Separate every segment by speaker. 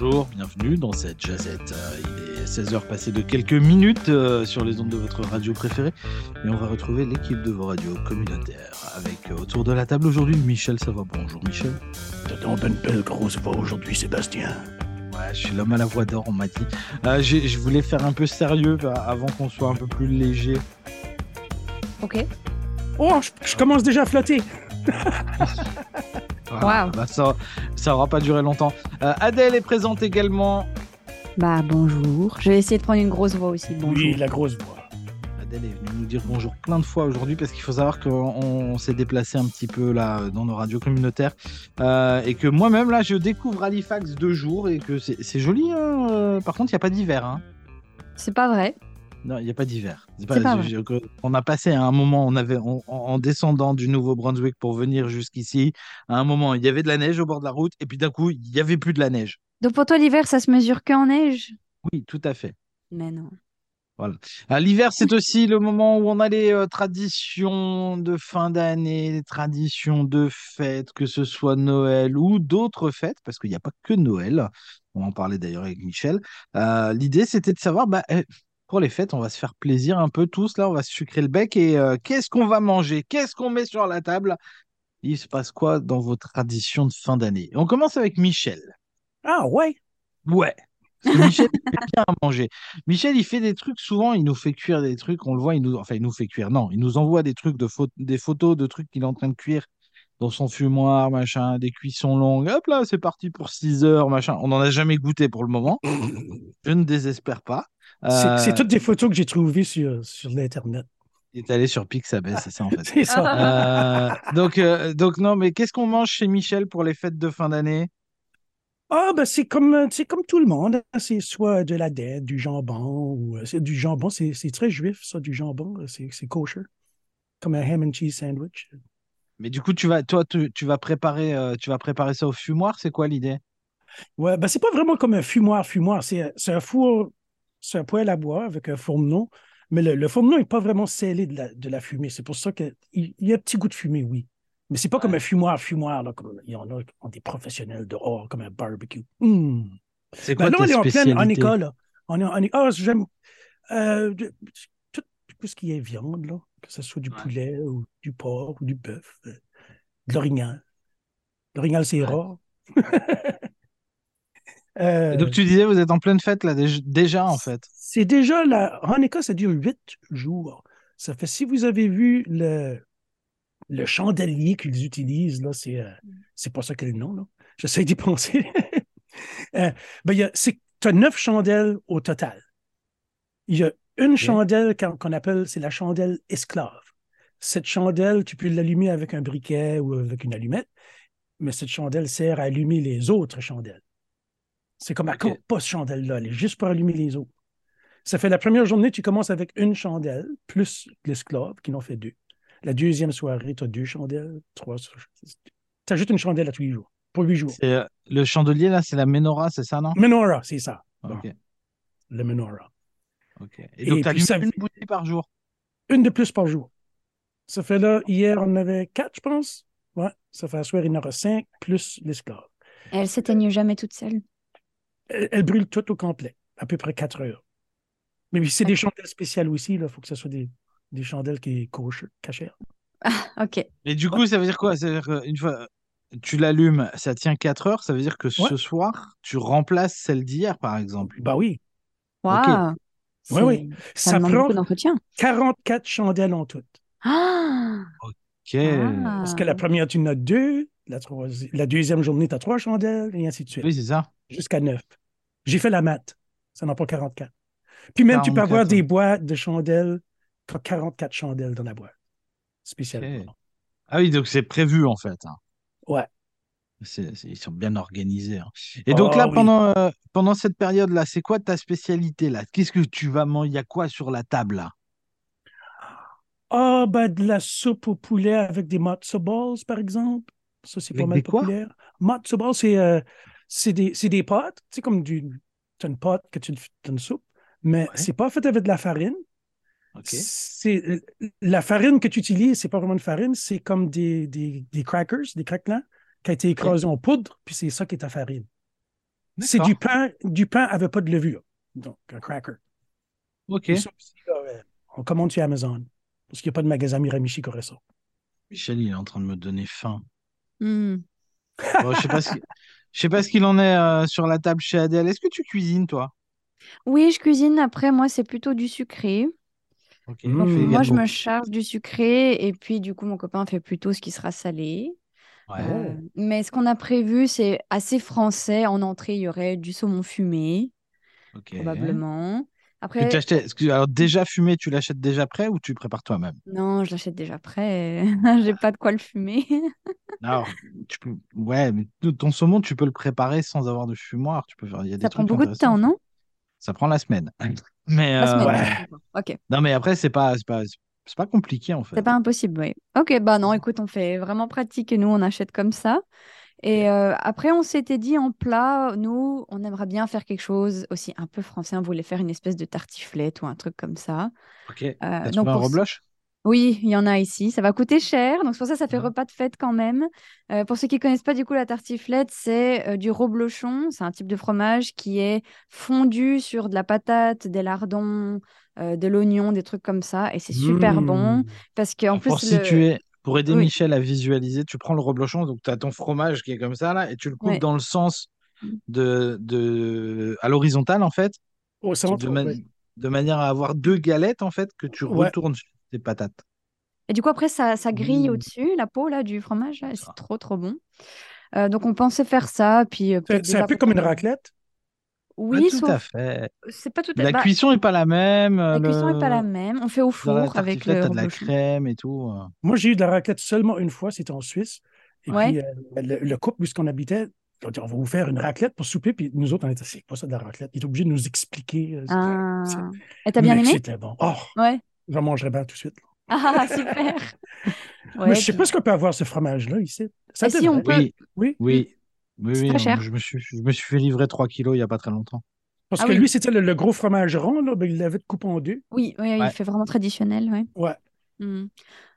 Speaker 1: Bonjour, bienvenue dans cette jazzette. Il est 16h passé de quelques minutes euh, sur les ondes de votre radio préférée et on va retrouver l'équipe de vos radios communautaires avec euh, autour de la table aujourd'hui Michel Savoie. Bonjour Michel.
Speaker 2: T'as une belle grosse voix aujourd'hui, Sébastien.
Speaker 1: Ouais, je suis l'homme à la voix d'or, on m'a dit. Euh, j'ai- je voulais faire un peu sérieux bah, avant qu'on soit un peu plus léger.
Speaker 3: Ok.
Speaker 4: Oh, je, je commence déjà à flatter.
Speaker 1: Voilà,
Speaker 3: Wow.
Speaker 1: bah, ça, ça aura pas duré longtemps. Euh, Adèle est présente également.
Speaker 3: Bah bonjour. Je vais essayer de prendre une grosse voix aussi. Bonjour.
Speaker 2: Oui, la grosse voix.
Speaker 1: Adèle est venue nous dire bonjour plein de fois aujourd'hui parce qu'il faut savoir qu'on on s'est déplacé un petit peu là euh, dans nos radios communautaires Euh, et que moi-même là je découvre Halifax deux jours et que c'est c'est joli. hein. Euh, Par contre, il n'y a pas d'hiver. hein.
Speaker 3: C'est pas vrai.
Speaker 1: Non, il n'y a pas d'hiver. C'est
Speaker 3: C'est pas
Speaker 1: je- je- on a passé à un moment, on avait on- en- en descendant du Nouveau-Brunswick pour venir jusqu'ici, à un moment il y avait de la neige au bord de la route et puis d'un coup il n'y avait plus de la neige.
Speaker 3: Donc pour toi l'hiver ça se mesure qu'en neige
Speaker 1: Oui, tout à fait.
Speaker 3: Mais non.
Speaker 1: Ah, L'hiver, c'est aussi le moment où on a les euh, traditions de fin d'année, les traditions de fêtes, que ce soit Noël ou d'autres fêtes, parce qu'il n'y a pas que Noël. On en parlait d'ailleurs avec Michel. Euh, L'idée, c'était de savoir, bah, eh, pour les fêtes, on va se faire plaisir un peu tous. Là, on va se sucrer le bec et euh, qu'est-ce qu'on va manger? Qu'est-ce qu'on met sur la table? Il se passe quoi dans vos traditions de fin d'année? On commence avec Michel.
Speaker 4: Ah ouais.
Speaker 1: Ouais. Parce que Michel il fait bien à manger. Michel, il fait des trucs souvent, il nous fait cuire des trucs, on le voit, il nous, enfin, il nous fait cuire, non, il nous envoie des trucs de pho- des photos de trucs qu'il est en train de cuire dans son fumoir, machin, des cuissons longues. Hop là, c'est parti pour 6 heures, machin. On n'en a jamais goûté pour le moment. Je ne désespère pas.
Speaker 4: C'est-
Speaker 1: Euh,
Speaker 4: C'est toutes des photos que j'ai trouvées sur, sur l'Internet.
Speaker 1: Il est allé sur Pixabay, c'est ça en fait.
Speaker 4: C'est ça.
Speaker 1: Euh, donc, euh, donc, non, mais qu'est-ce qu'on mange chez Michel pour les fêtes de fin d'année?
Speaker 4: Ah, ben c'est comme, euh, c'est comme tout le monde. hein. C'est soit de la dette, du jambon, ou euh, c'est du jambon, c'est c'est très juif, ça, du jambon. euh, C'est c'est kosher. Comme un ham and cheese sandwich.
Speaker 1: Mais du coup, tu vas, toi, tu, tu vas préparer, euh, tu vas préparer ça au fumoir, c'est quoi l'idée?
Speaker 4: Ouais, ben c'est pas vraiment comme un fumoir, fumoir. C'est c'est un four, c'est un poêle à bois avec un fourneau. Mais le, le fourneau n'est pas vraiment scellé de la, de la fumée. C'est pour ça qu'il y a un petit goût de fumée, oui. Mais c'est pas comme un fumoir, fumoir, là, comme il y en a qui ont des professionnels dehors, comme un barbecue. Hum.
Speaker 1: C'est
Speaker 4: Ben
Speaker 1: quoi
Speaker 4: là, on
Speaker 1: tes
Speaker 4: est en pleine en
Speaker 1: spécialités
Speaker 4: école. là. On est en école. Ah, j'aime euh, de- tout, tout ce qui est viande, là, que ce soit du
Speaker 1: Ouais.
Speaker 4: poulet ou du porc ou du bœuf, euh, de l'orignal. L'orignal, c'est
Speaker 1: Ouais.
Speaker 4: rare. Euh,
Speaker 1: Donc tu disais, vous êtes en pleine fête là déj- déjà en fait.
Speaker 4: c'est déjà la Hanukkah, ça dure huit jours. Ça fait, si vous avez vu le, le chandelier qu'ils utilisent, là, c'est, euh, c'est pas ça que le nom, là. J'essaie d'y penser. euh, ben, il y a, c'est, t'as neuf chandelles au total. Il y a une chandelle qu'on, qu'on appelle, c'est la chandelle esclave. Cette chandelle, tu peux l'allumer avec un briquet ou avec une allumette, mais cette chandelle sert à allumer les autres chandelles. C'est comme à
Speaker 1: Ok.
Speaker 4: pas cette chandelle-là, elle est juste pour allumer les autres. Ça fait la première journée, tu commences avec une chandelle, plus l'esclave, qui en fait deux. La deuxième soirée, tu as deux chandelles, trois. Tu ajoutes une chandelle à tous les jours, pour huit jours.
Speaker 1: C'est, euh, le chandelier là, c'est la menorah, c'est ça non
Speaker 4: Menorah, c'est ça, Bon.
Speaker 1: Ok,
Speaker 4: le menorah.
Speaker 1: ok. Et donc
Speaker 4: Et
Speaker 1: t'as
Speaker 4: puis, ça-
Speaker 1: une bouteille par jour.
Speaker 4: Une de plus par jour. Ça fait là, hier, on en avait quatre, je pense. Ouais, ça fait à soir, il en aura cinq, plus l'esclave.
Speaker 3: Elles s'éteignent jamais toutes seules.
Speaker 4: Elle, elle brûle tout au complet, à peu près quatre heures. Mais c'est des chandelles spéciales aussi, il faut que ce soit des, des chandelles qui cochent, cachèrent.
Speaker 3: Ok.
Speaker 1: Et du coup, ça veut dire quoi Ça veut dire que une fois tu l'allumes, ça tient 4 heures, ça veut dire que ce
Speaker 4: Ouais.
Speaker 1: soir, tu remplaces celle d'hier par exemple.
Speaker 4: Bah oui,
Speaker 3: Waouh.
Speaker 4: Ouais, ouais.
Speaker 3: Ça,
Speaker 4: ça
Speaker 3: demande
Speaker 4: prend
Speaker 3: beaucoup d'entretien.
Speaker 4: 44 chandelles en tout.
Speaker 3: Ah.
Speaker 1: Ok.
Speaker 3: Ah.
Speaker 4: Parce que la première, tu en as deux. La, troisi- la deuxième journée, tu as trois chandelles, et ainsi de suite.
Speaker 1: Oui, c'est ça.
Speaker 4: Jusqu'à neuf. J'ai fait la maths. Ça n'en prend pas 44. Puis même, tu peux avoir
Speaker 1: 44,
Speaker 4: des
Speaker 1: hein.
Speaker 4: boîtes de chandelles. Tu as 44 chandelles dans la boîte. Spécialement.
Speaker 1: Ah oui, donc c'est prévu en fait. hein.
Speaker 4: Ouais.
Speaker 1: C'est- c'est- ils sont bien organisés. hein. Et
Speaker 4: Oh,
Speaker 1: donc là,
Speaker 4: oui.
Speaker 1: pendant, euh, pendant cette période-là, c'est quoi ta spécialité là Qu'est-ce que tu vas manger Il y a quoi sur la table là
Speaker 4: Ah, ben, de la soupe au poulet avec des matzo balls, par exemple. Ça, c'est pas
Speaker 1: Avec
Speaker 4: mal
Speaker 1: des quoi?
Speaker 4: populaire. Matzo balls, c'est euh, c'est des, c'est des pâtes. Tu sais, comme du, as une pâte que tu as une soupe, mais
Speaker 1: Ouais.
Speaker 4: c'est pas fait avec de la farine.
Speaker 1: Ok.
Speaker 4: C'est euh, la farine que tu utilises, c'est pas vraiment une farine, c'est comme des, des, des crackers, des craquelins qui a été écrasé en poudre, puis c'est ça qui est ta farine. C'est du pain, du pain avec pas de levure. Donc, un cracker.
Speaker 1: Ok.
Speaker 4: Et ça aussi, là, euh, on commande sur Amazon. Parce qu'il n'y a pas de magasin Miramichi qui aurait ça.
Speaker 1: Michel, il est en train de me donner faim.
Speaker 3: Hmm.
Speaker 1: Bon, je sais pas ce qui- je sais pas ce qu'il en est euh, sur la table chez Adèle. Est-ce que tu cuisines, toi
Speaker 3: Oui, je cuisine. Après, moi, c'est plutôt du sucré.
Speaker 1: Ok.
Speaker 4: Mmh.
Speaker 3: Donc,
Speaker 1: fais
Speaker 3: moi, je
Speaker 1: gâteau.
Speaker 3: me charge du sucré. Et puis, du coup, mon copain fait plutôt ce qui sera salé.
Speaker 4: Ah.
Speaker 1: Ouais.
Speaker 3: Euh, mais ce qu'on a prévu, c'est assez français. En entrée, il y aurait du saumon fumé,
Speaker 1: Ok.
Speaker 3: probablement.
Speaker 1: Que
Speaker 3: Après,
Speaker 1: t'achetais- excuse- alors déjà fumé, tu l'achètes déjà prêt ou tu le prépares toi-même
Speaker 3: non, je l'achète déjà prêt. J'ai pas de quoi le fumer.
Speaker 1: Alors, tu peux, ouais, mais t- ton saumon, tu peux le préparer sans avoir de fumoir. Tu peux faire, il y a des
Speaker 3: Ça prend
Speaker 1: trucs
Speaker 3: beaucoup de temps,
Speaker 1: intéressants.
Speaker 3: non
Speaker 1: Ça prend la semaine. Mais
Speaker 3: La semaine,
Speaker 1: euh,
Speaker 4: ouais.
Speaker 3: d'accord. Ok,
Speaker 1: non, mais après, c'est pas, c'est pas, c'est pas compliqué en fait.
Speaker 3: c'est pas impossible, oui. Ok, bah non, écoute, on fait vraiment pratique et nous, on achète comme ça. Et euh, après, on s'était dit en plat, nous, on aimerait bien faire quelque chose aussi un peu français. On voulait faire une espèce de tartiflette ou un truc comme ça.
Speaker 1: Ok.
Speaker 3: Euh,
Speaker 1: T'as
Speaker 3: donc
Speaker 1: trouvé Bah, un
Speaker 3: pour ce-
Speaker 1: rebloche
Speaker 3: Oui, il y en a ici. Ça va coûter cher, donc c'est pour ça que ça fait
Speaker 1: Mhm.
Speaker 3: repas de fête quand même. Euh, pour ceux qui connaissent pas du coup la tartiflette, c'est euh, du reblochon. C'est un type de fromage qui est fondu sur de la patate, des lardons, euh, de l'oignon, des trucs comme ça. Et c'est
Speaker 1: Mmh.
Speaker 3: super bon parce que en
Speaker 1: Alors, Pour
Speaker 3: plus le-
Speaker 1: situer, pour aider
Speaker 3: Oui.
Speaker 1: Michel à visualiser, tu prends le reblochon, donc tu as ton fromage qui est comme ça là, et tu le coupes
Speaker 3: Ouais.
Speaker 1: dans le sens de, de à l'horizontale en fait,
Speaker 4: Au centre.
Speaker 1: de, ma-
Speaker 4: ouais.
Speaker 1: de manière à avoir deux galettes en fait que tu
Speaker 4: Ouais.
Speaker 1: retournes sur tes patates.
Speaker 3: Et du coup, après, ça, ça grille
Speaker 1: Mmh. Ah.
Speaker 3: au-dessus, la peau là, du fromage. là, et
Speaker 1: Ça.
Speaker 3: c'est trop, trop bon. Euh, donc, on pensait faire ça. Puis, euh,
Speaker 4: C'est
Speaker 3: peut-être
Speaker 4: c'est un
Speaker 3: déjà
Speaker 4: peu comme une
Speaker 3: préparer-
Speaker 4: raclette.
Speaker 1: Pas
Speaker 3: Oui,
Speaker 1: tout à
Speaker 3: sauf.
Speaker 1: fait.
Speaker 3: C'est pas tout à
Speaker 1: La
Speaker 3: bah,
Speaker 1: cuisson est pas la même. euh,
Speaker 3: la cuisson n'est pas la
Speaker 1: le-
Speaker 3: même. On fait au
Speaker 1: Dans la
Speaker 3: four avec
Speaker 1: tartiflette,
Speaker 3: le
Speaker 1: t'as de la
Speaker 3: reblochon.
Speaker 1: crème et tout. euh.
Speaker 4: Moi, j'ai eu de la raclette seulement une fois, c'était en Suisse. Et
Speaker 3: Ouais.
Speaker 4: puis, euh, le, le couple, puisqu'on habitait, ils ont dit, on va vous faire une raclette pour souper. Puis nous autres, on était, c'est quoi ça de la raclette? Ils étaient obligés de nous expliquer. euh, c'est-
Speaker 3: Ah. Et t'as bien
Speaker 4: Mais
Speaker 3: aimé?
Speaker 4: c'était bon. Oh,
Speaker 3: Ouais.
Speaker 4: j'en mangerai bien tout de suite.
Speaker 3: Ah, super.
Speaker 4: Mais
Speaker 3: Ouais,
Speaker 4: je sais
Speaker 3: puis-
Speaker 4: pas ce qu'on peut avoir ce fromage-là ici. Ça
Speaker 3: Et si on
Speaker 4: devrait.
Speaker 3: peut-
Speaker 1: Oui,
Speaker 4: Oui.
Speaker 1: oui, oui,
Speaker 3: C'est
Speaker 1: oui,
Speaker 3: pas
Speaker 1: on-
Speaker 3: cher.
Speaker 1: Je me suis, je me suis fait livrer 3 kilos il y a pas très longtemps.
Speaker 4: Parce
Speaker 3: Ah
Speaker 4: que
Speaker 3: oui.
Speaker 4: lui, c'était le, le gros fromage rond, là, ben, il l'avait coupé en deux.
Speaker 3: Oui, oui,
Speaker 1: Ouais.
Speaker 3: il fait vraiment traditionnel, ouais.
Speaker 4: Ouais.
Speaker 3: Mm.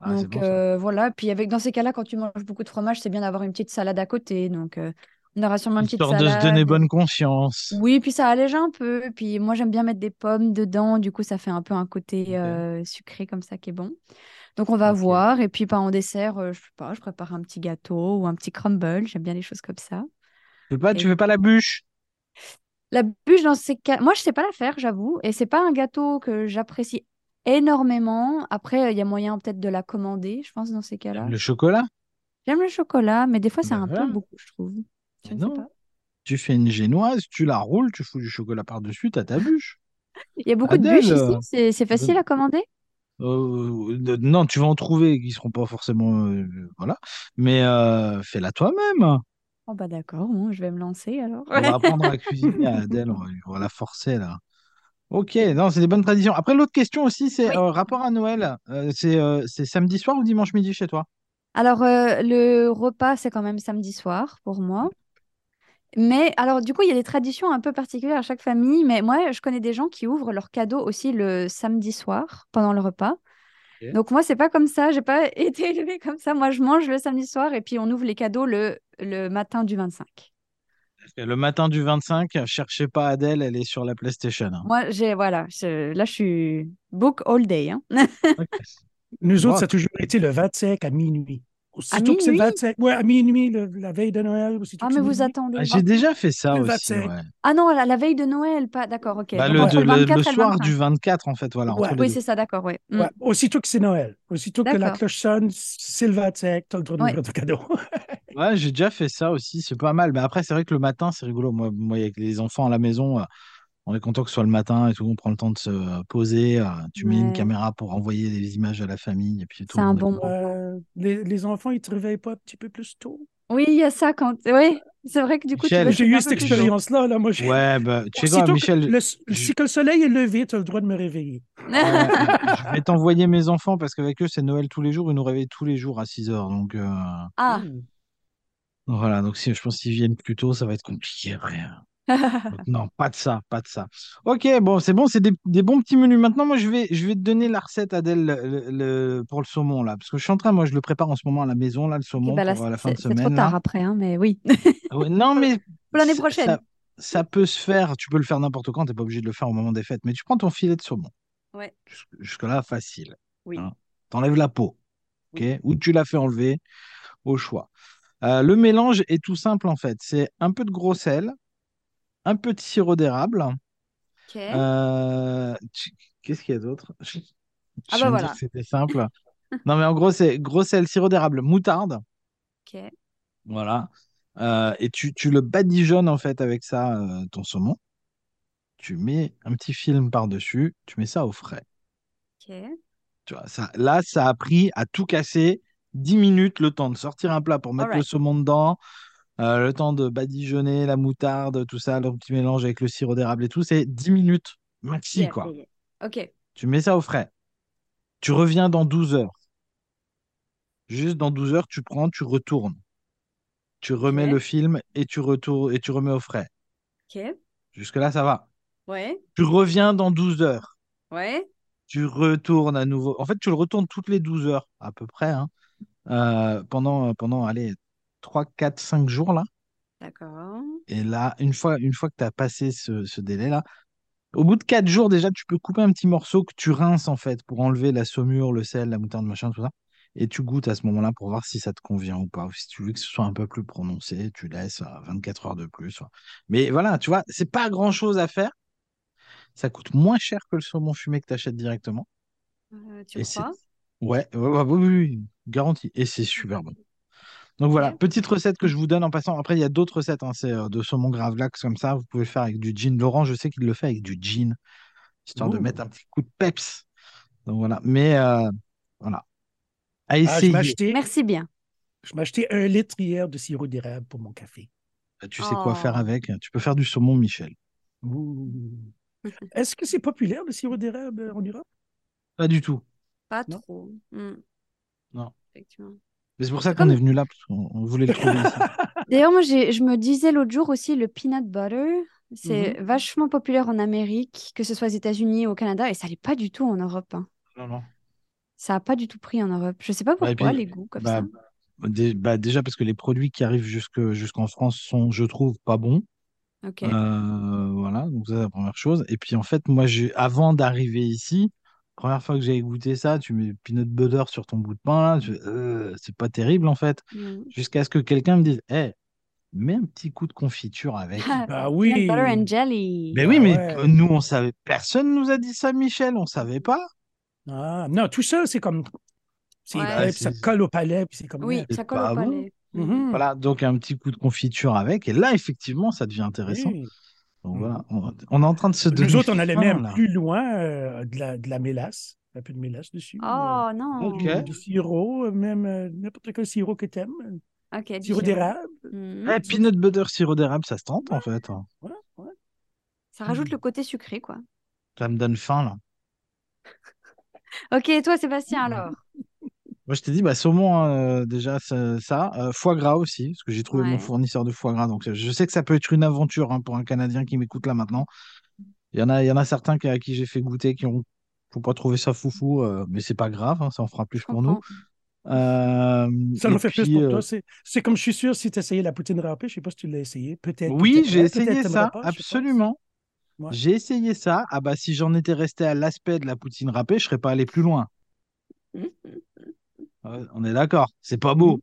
Speaker 1: Ah, c'est
Speaker 3: Donc
Speaker 1: bon ça.
Speaker 3: euh, voilà, puis avec dans ces cas-là, quand tu manges beaucoup de fromage, c'est bien d'avoir une petite salade à côté. Donc euh, on aura sûrement une petite
Speaker 1: Histoire de se donner
Speaker 3: salade.
Speaker 1: bonne conscience.
Speaker 3: Oui, puis ça allège un peu. Puis moi, j'aime bien mettre des pommes dedans. Du coup, ça fait un peu un côté euh, sucré comme ça qui est bon. Donc on va
Speaker 1: Ok.
Speaker 3: voir. Et puis pas en dessert, euh, je sais pas, je prépare un petit gâteau ou un petit crumble. J'aime bien les choses comme ça.
Speaker 1: Tu fais pas,
Speaker 3: Et-
Speaker 1: tu fais pas la bûche.
Speaker 3: La bûche dans ces cas, moi je sais pas la faire, j'avoue, et c'est pas un gâteau que j'apprécie énormément. Après, il y a moyen peut-être de la commander, je pense dans ces cas-là.
Speaker 1: Le chocolat?
Speaker 3: J'aime le chocolat, mais des fois c'est
Speaker 1: Ben
Speaker 3: un peu
Speaker 1: voilà.
Speaker 3: beaucoup, je trouve. Je
Speaker 1: Mais
Speaker 3: ne sais
Speaker 1: non.
Speaker 3: pas.
Speaker 1: Tu fais une génoise, tu la roules, tu fous du chocolat par-dessus, t'as ta bûche.
Speaker 3: Il y a beaucoup de bûches
Speaker 1: Adèle,
Speaker 3: ici,
Speaker 1: euh,
Speaker 3: c'est c'est facile à commander.
Speaker 1: Euh, de- non, tu vas en trouver qui seront pas forcément, euh, voilà. Mais euh, fais-la toi-même.
Speaker 3: Oh bah d'accord, bon, je vais me lancer alors.
Speaker 1: On va apprendre à cuisiner à Adèle, on va, on va la forcer là. Ok, non, c'est des bonnes traditions. Après, l'autre question aussi, c'est
Speaker 3: Oui.
Speaker 1: euh, rapport à Noël. Euh, c'est euh, c'est samedi soir ou dimanche midi chez toi?
Speaker 3: Alors euh, le repas c'est quand même samedi soir pour moi. Mais alors du coup il y a des traditions un peu particulières à chaque famille, mais moi je connais des gens qui ouvrent leurs cadeaux aussi le samedi soir pendant le repas.
Speaker 1: Ok.
Speaker 3: Donc moi, c'est pas comme ça, j'ai pas été élevée comme ça. Moi, je mange le samedi soir et puis on ouvre les cadeaux le, le matin du 25.
Speaker 1: Le matin du 25, cherchez pas Adèle, elle est sur la PlayStation. hein.
Speaker 3: Moi, j'ai voilà, je- là je suis book all day. hein.
Speaker 1: Ah,
Speaker 4: Nous
Speaker 1: Bon.
Speaker 4: autres, ça a toujours été le 25 à minuit.
Speaker 3: À
Speaker 4: Aussitôt que c'est le
Speaker 3: minuit?
Speaker 4: 25, ouais, à minuit, le- la veille de Noël, aussitôt
Speaker 3: Ah
Speaker 4: que
Speaker 3: mais
Speaker 4: c'est
Speaker 3: vous
Speaker 4: minuit.
Speaker 3: attendez.
Speaker 1: Ah,
Speaker 3: Ah,
Speaker 1: j'ai déjà fait ça
Speaker 4: Le
Speaker 1: aussi,
Speaker 4: 25.
Speaker 1: ouais.
Speaker 3: ah non, la, la veille de Noël, pas d'accord, ok.
Speaker 1: Bah,
Speaker 3: Donc
Speaker 1: le,
Speaker 3: entre
Speaker 1: de-
Speaker 3: le
Speaker 1: le, le
Speaker 3: 24 et le
Speaker 1: soir
Speaker 3: 25.
Speaker 1: du 24, en fait, voilà, entre
Speaker 4: Ouais.
Speaker 1: les
Speaker 3: Oui,
Speaker 1: deux.
Speaker 3: c'est ça, d'accord, ouais. Mm.
Speaker 4: Ouais, aussitôt que c'est Noël, aussitôt que la
Speaker 3: D'accord.
Speaker 4: cloche sonne, c'est le 25, t'as le droit
Speaker 3: Ouais.
Speaker 4: d'ouvrir ton cadeau.
Speaker 1: Ouais, j'ai déjà fait ça aussi, c'est pas mal. Mais après, c'est vrai que le matin, c'est rigolo. Moi, moi, avec les enfants à la maison, euh, on est content que ce soit le matin et tout, on prend le temps de se euh, poser. euh, tu mets une
Speaker 3: Ouais.
Speaker 1: caméra pour envoyer des images à la famille et puis tout
Speaker 3: C'est
Speaker 1: le
Speaker 3: un
Speaker 1: monde est
Speaker 3: bon
Speaker 1: content.
Speaker 3: moment.
Speaker 4: Euh, les, les enfants, ils ne te réveillent pas un petit peu plus tôt.
Speaker 3: Oui, il y a ça quand. Oui, c'est vrai que du coup tu
Speaker 1: Michel,
Speaker 3: veux
Speaker 4: Moi,
Speaker 3: te
Speaker 4: j'ai
Speaker 3: lever
Speaker 4: eu
Speaker 3: un
Speaker 4: cette
Speaker 3: peu plus tôt.
Speaker 4: expérience-là. Là, moi, j'ai-
Speaker 1: Ouais, bah, tu sais quoi,
Speaker 4: Aussitôt que
Speaker 1: Michel,
Speaker 4: le,
Speaker 1: je-
Speaker 4: si que le soleil est levé, tu as le droit de me réveiller.
Speaker 1: ouais, je vais t'envoyer mes enfants parce qu'avec eux, c'est Noël tous les jours. Ils nous réveillent tous les jours à 6 heures. Donc, euh,
Speaker 3: Ah.
Speaker 1: voilà. Donc, si, je pense qu'ils viennent plus tôt, ça va être compliqué après. Donc, Non, pas de ça, pas de ça. Ok, bon, c'est bon, c'est des, des bons petits menus. Maintenant, moi, je vais, je vais te donner la recette, Adèle, le- le- pour le saumon, là. Parce que je suis en train, moi, je le prépare en ce moment à la maison, là, le
Speaker 3: Ok,
Speaker 1: saumon,
Speaker 3: bah là,
Speaker 1: pour euh, la fin
Speaker 3: c'est
Speaker 1: de
Speaker 3: c'est trop
Speaker 1: semaine, là. Ah
Speaker 3: tard après, hein, mais oui.
Speaker 1: Ouais, non, mais
Speaker 3: Pour l'année
Speaker 1: ça- ça-
Speaker 3: prochaine.
Speaker 1: ça peut se faire, tu peux le faire n'importe quand, t'es pas obligé de le faire au moment des fêtes, mais tu prends ton filet de saumon.
Speaker 3: Ouais.
Speaker 1: Jus- Jusque-là, facile.
Speaker 3: Oui.
Speaker 1: Hein. T'enlèves la peau, ok ou tu la fais enlever, au choix. Euh, le mélange est tout simple en fait, c'est un peu de gros sel, un peu de sirop d'érable.
Speaker 3: Ok.
Speaker 1: Euh, tu- Qu'est-ce qu'il y a d'autre Je viens
Speaker 3: Ah bah
Speaker 1: de dire
Speaker 3: voilà.
Speaker 1: que C'était simple. non mais en gros, c'est gros sel, sirop d'érable, moutarde.
Speaker 3: Ok.
Speaker 1: Voilà. Euh, et tu, tu le badigeonnes en fait avec ça, euh, ton saumon. Tu mets un petit film par-dessus, tu mets ça au frais.
Speaker 3: Ok.
Speaker 1: Tu vois, ça, là, ça a pris à tout casser 10 minutes le temps de sortir un plat pour mettre le
Speaker 3: Alright.
Speaker 1: saumon dedans, euh, le temps de badigeonner la moutarde, tout ça, le petit mélange avec le sirop d'érable et tout. C'est 10 minutes maxi,
Speaker 3: Yeah,
Speaker 1: quoi.
Speaker 3: yeah, yeah. Ok.
Speaker 1: Tu mets ça au frais. Tu reviens dans 12 heures. Juste dans 12 heures, tu prends, tu retournes. Tu remets
Speaker 3: Ok.
Speaker 1: le film et tu retournes et tu remets au frais.
Speaker 3: Ok.
Speaker 1: Jusque-là, ça va.
Speaker 3: Ouais.
Speaker 1: Tu reviens dans 12 heures.
Speaker 3: Ouais.
Speaker 1: Tu retournes à nouveau. En fait, tu le retournes toutes les 12 heures, à peu près, hein. Euh, pendant, pendant, allez, 3, 4, 5 jours, là.
Speaker 3: D'accord.
Speaker 1: Et là, une fois, une fois que tu as passé ce, ce délai-là, au bout de 4 jours, déjà, tu peux couper un petit morceau que tu rinces, en fait, pour enlever la saumure, le sel, la moutarde, machin, tout ça. Et tu goûtes à ce moment-là pour voir si ça te convient ou pas. Ou si tu veux que ce soit un peu plus prononcé, tu laisses euh, 24 heures de plus. voilà. Mais voilà, tu vois, c'est pas grand-chose à faire. Ça coûte moins cher que le saumon fumé que tu achètes directement.
Speaker 3: Euh, tu
Speaker 1: Et c'est-
Speaker 3: crois?
Speaker 1: Ouais, ouais, ouais, oui, oui, oui, garanti. Et c'est super bon. Donc voilà,
Speaker 3: Ok.
Speaker 1: petite recette que je vous donne en passant. Après, il y a d'autres recettes, hein, c'est euh, de saumon gravlax comme ça. Vous pouvez le faire avec du gin. Laurent, je sais qu'il le fait avec du gin, histoire de
Speaker 4: Ouh.
Speaker 1: mettre un petit coup de peps. Donc voilà, mais euh, voilà. À
Speaker 4: Ah, je
Speaker 1: essayer.
Speaker 4: m'achetais
Speaker 3: Merci bien.
Speaker 4: je m'achetais un litre hier de sirop d'érable pour mon café.
Speaker 1: tu sais quoi faire
Speaker 3: Oh.
Speaker 1: avec. Tu peux faire du saumon, Michel.
Speaker 4: Ouh. Est-ce que c'est populaire le sirop d'érable euh, en Europe?
Speaker 1: Pas du tout.
Speaker 3: Pas
Speaker 4: Non.
Speaker 3: trop. Hmm.
Speaker 1: Non.
Speaker 3: Effectivement.
Speaker 1: Mais c'est pour ça
Speaker 3: C'est
Speaker 1: qu'on
Speaker 3: comme-
Speaker 1: est venu là, parce qu'on on voulait le trouver ici.
Speaker 3: D'ailleurs, moi, j'ai- je me disais l'autre jour aussi, le peanut butter, c'est
Speaker 1: Mm-hmm.
Speaker 3: vachement populaire en Amérique, que ce soit aux États-Unis ou au Canada, et ça l'est pas du tout en Europe. hein.
Speaker 1: Non, non.
Speaker 3: Ça n'a pas du tout pris en Europe. Je sais pas
Speaker 1: Bah, et
Speaker 3: pourquoi,
Speaker 1: puis,
Speaker 3: les goûts comme
Speaker 1: bah,
Speaker 3: ça.
Speaker 1: dé- bah, déjà parce que les produits qui arrivent jusque, jusqu'en France sont, je trouve, pas bons.
Speaker 3: Ok.
Speaker 1: Euh, voilà, donc ça c'est la première chose. Et puis en fait, moi, j'ai, avant d'arriver ici, première fois que j'avais goûté ça, tu mets peanut butter sur ton bout de pain, là, tu fais, Euh, c'est pas terrible en fait.
Speaker 3: Mm.
Speaker 1: Jusqu'à ce que quelqu'un me dise, Eh, mets un petit coup de confiture avec.
Speaker 4: Bah
Speaker 3: Ah, Peanut
Speaker 4: oui.
Speaker 3: butter and jelly.
Speaker 1: Mais oui,
Speaker 4: Ah
Speaker 1: mais
Speaker 4: ouais.
Speaker 1: euh, nous, on savait, personne nous a dit ça, Michel, on savait pas.
Speaker 4: Ah, non, tout ça, c'est comme. C'est
Speaker 3: Ouais.
Speaker 4: vrai, puis ça
Speaker 1: C'est-
Speaker 4: colle au palais, puis c'est comme.
Speaker 3: Oui,
Speaker 1: C'est
Speaker 3: ça colle
Speaker 1: pas
Speaker 3: au
Speaker 1: bon. Mm-hmm.
Speaker 3: palais. Mm.
Speaker 4: Mhm.
Speaker 1: Voilà, donc un petit coup de confiture avec. Et là, effectivement, ça devient intéressant.
Speaker 4: Oui.
Speaker 1: Donc voilà, on, on est en train de se donner.
Speaker 4: Nous autres, on allait
Speaker 1: faim,
Speaker 4: même
Speaker 1: là.
Speaker 4: plus loin euh, de, la, de la mélasse, un peu de mélasse dessus. euh,
Speaker 3: Oh non.
Speaker 1: Ok.
Speaker 4: du, du sirop, euh, même euh, n'importe quel sirop que tu aimes.
Speaker 3: Ok, du
Speaker 4: Sirop
Speaker 3: sirop.
Speaker 4: d'érable.
Speaker 3: Mm.
Speaker 1: Eh, peanut butter, sirop d'érable, ça se tente en fait. hein.
Speaker 4: Ouais, ouais.
Speaker 3: Ça
Speaker 1: Mm.
Speaker 3: rajoute le côté sucré, quoi.
Speaker 1: Ça me donne faim là.
Speaker 3: Ok, et toi, Sébastien,
Speaker 1: Mm.
Speaker 3: alors?
Speaker 1: Moi, je t'ai dit, bah, saumon, euh, déjà, ça. ça. Euh, foie gras aussi, parce que j'ai trouvé mon
Speaker 3: Ouais.
Speaker 1: fournisseur de foie gras. Donc, euh, je sais que ça peut être une aventure hein, pour un Canadien qui m'écoute là maintenant. Il y en a, il y en a certains qui- à qui j'ai fait goûter qui ont, faut pas trouver ça foufou, euh, mais c'est pas grave, hein, ça en fera plus
Speaker 3: Je
Speaker 1: pour nous.
Speaker 3: comprends.
Speaker 1: Euh,
Speaker 4: Ça
Speaker 1: et
Speaker 4: en fait plus
Speaker 1: puis,
Speaker 4: pour
Speaker 1: euh,
Speaker 4: toi. C'est c'est comme je suis sûr, si tu essayais la poutine râpée, je ne sais pas si tu l'as essayé. Peut-être.
Speaker 1: oui,
Speaker 4: peut-être-
Speaker 1: j'ai
Speaker 4: ouais, peut-être
Speaker 1: essayé
Speaker 4: t'aimerais
Speaker 1: ça,
Speaker 4: pas, je pense.
Speaker 1: absolument.
Speaker 4: Ouais.
Speaker 1: J'ai essayé ça. Ah bah, si j'en étais resté à l'aspect de la poutine râpée, je serais pas allé plus loin.
Speaker 3: Mm.
Speaker 1: Euh, on est d'accord, c'est pas
Speaker 4: Mhm.
Speaker 1: beau,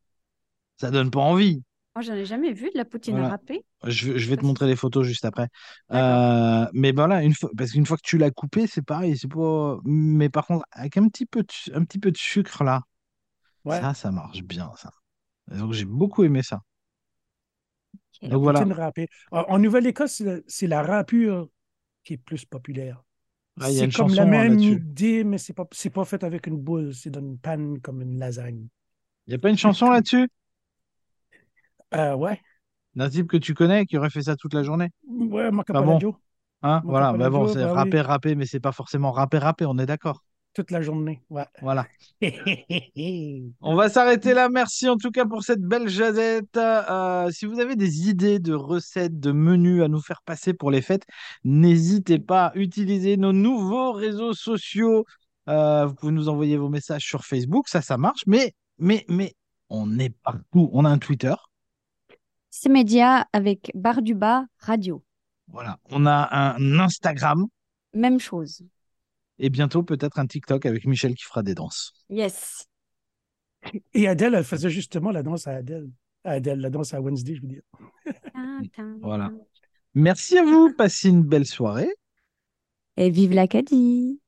Speaker 1: ça donne pas envie.
Speaker 3: Moi, j'en ai jamais vu de la poutine
Speaker 1: Voilà.
Speaker 3: râpée.
Speaker 1: Je, vais- je vais te
Speaker 3: Parce-
Speaker 1: montrer les photos juste après.
Speaker 3: D'accord.
Speaker 1: Euh, mais voilà, une fois, parce qu'une fois que tu l'as coupé, c'est pareil. C'est pas... Mais par contre, avec un petit peu de, su- un petit peu de sucre là,
Speaker 4: Ouais.
Speaker 1: ça, ça marche bien, ça. Et Donc j'ai beaucoup aimé ça.
Speaker 3: Ok.
Speaker 1: Donc voilà,
Speaker 4: Poutine râpée. En, en Nouvelle-Écosse, c'est la- c'est la râpure qui est plus populaire.
Speaker 1: Ah, il y a
Speaker 4: C'est
Speaker 1: une
Speaker 4: comme la
Speaker 1: chanson hein,
Speaker 4: même
Speaker 1: là-dessus.
Speaker 4: idée, mais c'est pas, c'est pas fait avec une boule, c'est dans une panne comme une lasagne.
Speaker 1: Il n'y a pas une chanson là-dessus
Speaker 4: Euh, ouais.
Speaker 1: d'un type que tu connais qui aurait fait ça toute la journée.
Speaker 4: Ouais, Marco
Speaker 1: Bah bon,
Speaker 4: Paladio,
Speaker 1: hein,
Speaker 4: Marco
Speaker 1: voilà. Bah bon,
Speaker 4: Paladio,
Speaker 1: c'est
Speaker 4: bah oui,
Speaker 1: rappé, rappé, mais c'est pas forcément rappé, rappé. On est d'accord.
Speaker 4: toute la journée. Ouais.
Speaker 1: Voilà. On va s'arrêter là. Merci en tout cas pour cette belle jazette. Euh, si vous avez des idées de recettes, de menus à nous faire passer pour les fêtes, n'hésitez pas à utiliser nos nouveaux réseaux sociaux. Euh, vous pouvez nous envoyer vos messages sur Facebook, ça, ça marche. Mais, mais, mais, on est partout. On a un Twitter.
Speaker 3: C'est média avec Bar du Bas Radio.
Speaker 1: Voilà. On a un Instagram
Speaker 3: Même chose.
Speaker 1: et bientôt peut-être un TikTok avec Michel qui fera des danses.
Speaker 3: Yes.
Speaker 4: Et Adèle, elle faisait justement la danse à Adèle. À Adèle, la danse à Wednesday, je veux dire.
Speaker 1: Mm. Voilà. Merci à vous. Passez une belle soirée.
Speaker 3: Et vive l'Acadie.